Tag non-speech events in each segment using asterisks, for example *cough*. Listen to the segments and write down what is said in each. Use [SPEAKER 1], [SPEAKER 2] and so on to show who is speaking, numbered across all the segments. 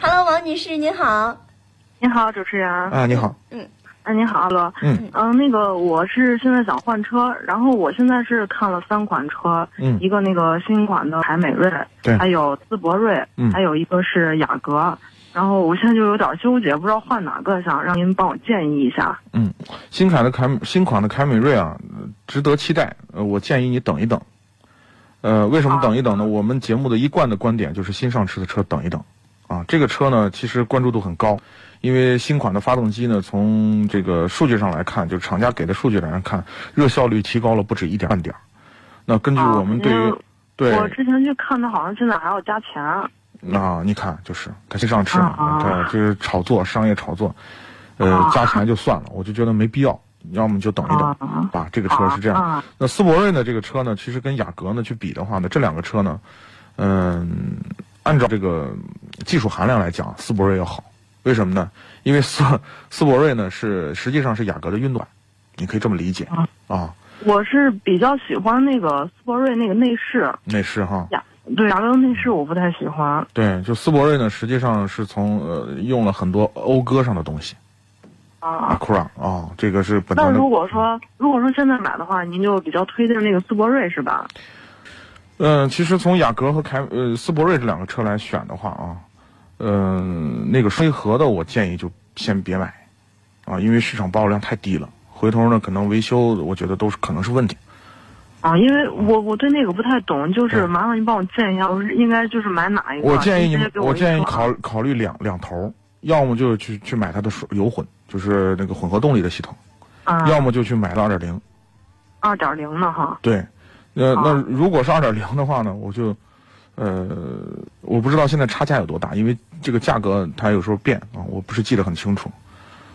[SPEAKER 1] Hello，王女士您好，
[SPEAKER 2] 您好，主持人。啊，
[SPEAKER 3] 啊，你好，
[SPEAKER 2] 您好，阿罗。
[SPEAKER 3] 嗯
[SPEAKER 2] 嗯、那个我是现在想换车，然后我现在是看了三款车，
[SPEAKER 3] 嗯
[SPEAKER 2] 一个那个新款的凯美瑞，
[SPEAKER 3] 对
[SPEAKER 2] 还有思铂睿，
[SPEAKER 3] 嗯
[SPEAKER 2] 还有一个是雅阁。然后我现在就有点纠结，不知道换哪个，想让您帮我建议一下。
[SPEAKER 3] 新款的凯美新款的凯美瑞啊，呃值得期待。呃，我建议你等一等。呃，为什么
[SPEAKER 2] 啊
[SPEAKER 3] 等一等呢？我们节目的一贯的观点就是新上市的车等一等。啊，这个车呢，其实关注度很高，因为新款的发动机呢，从这个数据上来看，就是厂家给的数据来看，热效率提高了不止一点半点儿。那根据
[SPEAKER 2] 啊
[SPEAKER 3] 我们对于、
[SPEAKER 2] 因为
[SPEAKER 3] 对
[SPEAKER 2] 我之前去看的，好像现在还要加钱。
[SPEAKER 3] 啊，你看，就是它新上市嘛，
[SPEAKER 2] 嗯啊啊
[SPEAKER 3] 对，就是炒作，商业炒作，呃
[SPEAKER 2] 啊，
[SPEAKER 3] 加钱就算了，我就觉得没必要，要么就等一等
[SPEAKER 2] 啊
[SPEAKER 3] 啊。这个车是这样。
[SPEAKER 2] 啊
[SPEAKER 3] 那思铂睿呢，这个车呢，其实跟雅阁呢去比的话呢，这两个车呢，嗯，按照这个技术含量来讲，思铂睿要好。为什么呢？因为思思铂睿呢是实际上是雅阁的运动版，你可以这么理解
[SPEAKER 2] 啊
[SPEAKER 3] 啊。
[SPEAKER 2] 我是比较喜欢那个思铂睿那个内饰，
[SPEAKER 3] 内饰哈，
[SPEAKER 2] 雅对雅阁内饰我不太喜欢。
[SPEAKER 3] 对，就思铂睿呢，实际上是从呃用了很多讴歌上的东西。
[SPEAKER 2] 啊
[SPEAKER 3] 啊，酷朗哦，这个是本
[SPEAKER 2] 那
[SPEAKER 3] 田的
[SPEAKER 2] 如。果说如果说现在买的话，您就比较推荐那个思铂睿是吧？
[SPEAKER 3] 嗯、其实从雅阁和凯呃思铂睿这两个车来选的话啊，嗯、那个双离合的我建议就先别买，啊，因为市场保有量太低了。回头呢，可能维修我觉得都是可能是问题。
[SPEAKER 2] 啊，因为我我对那个不太懂，就是
[SPEAKER 3] 对
[SPEAKER 2] 麻烦您帮我建议一下，我是应该就是买哪一个？
[SPEAKER 3] 我建议
[SPEAKER 2] 嗯您直
[SPEAKER 3] 你
[SPEAKER 2] 接，给
[SPEAKER 3] 我
[SPEAKER 2] 我啊
[SPEAKER 3] 建议
[SPEAKER 2] 一
[SPEAKER 3] 你
[SPEAKER 2] 个
[SPEAKER 3] 考考虑两两头儿，要么就去去买它的水油混，就是那个混合动力的系统，
[SPEAKER 2] 啊
[SPEAKER 3] 要么就去买它二点零。
[SPEAKER 2] 二点零的哈。
[SPEAKER 3] 对，那那
[SPEAKER 2] 啊
[SPEAKER 3] 如果是二点零的话呢，我就，呃，我不知道现在差价有多大，因为这个价格它有时候变啊，我不是记得很清楚。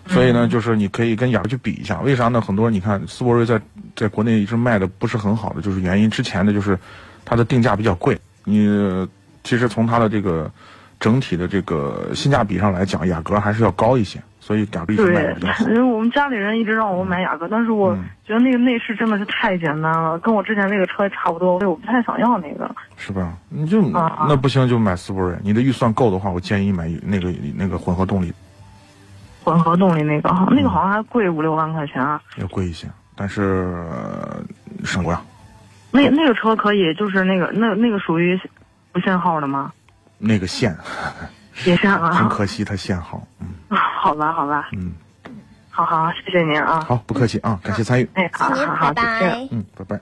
[SPEAKER 3] 所以呢，就是你可以跟雅阁去比一下，为啥呢？很多人你看思铂睿在在国内一直卖的不是很好的，就是原因之前的就是它的定价比较贵。你呃其实从它的这个整体的这个性价比上来讲，雅阁还是要高一些，所以雅阁一直
[SPEAKER 2] 对
[SPEAKER 3] 卖的比较，好
[SPEAKER 2] 因。为我们家里人一直让我买雅阁，但是我
[SPEAKER 3] 嗯
[SPEAKER 2] 觉得那个内饰真的是太简单了，跟我之前那个车也差不多，所以我不太想要那个。
[SPEAKER 3] 是吧？你就、
[SPEAKER 2] 啊啊
[SPEAKER 3] 那不行就买思铂睿，你的预算够的话，我建议买那个那个混合动力
[SPEAKER 2] 混合动力那个，那个好像还贵五六万块钱。啊
[SPEAKER 3] 要贵一些，但是、呃省油呀。
[SPEAKER 2] 那那个车可以，就是那个那那个属于不限号的吗？
[SPEAKER 3] 那个限
[SPEAKER 2] 也限啊。
[SPEAKER 3] *laughs* 很可惜，它限号。嗯
[SPEAKER 2] 好吧，好吧，
[SPEAKER 3] 嗯，
[SPEAKER 2] 好好，谢谢您啊。
[SPEAKER 3] 好，不客气啊，感谢参与。
[SPEAKER 2] 哎，好
[SPEAKER 1] 请您
[SPEAKER 2] 好好，
[SPEAKER 1] 拜
[SPEAKER 2] 再见。
[SPEAKER 1] 拜。
[SPEAKER 3] 嗯，拜拜。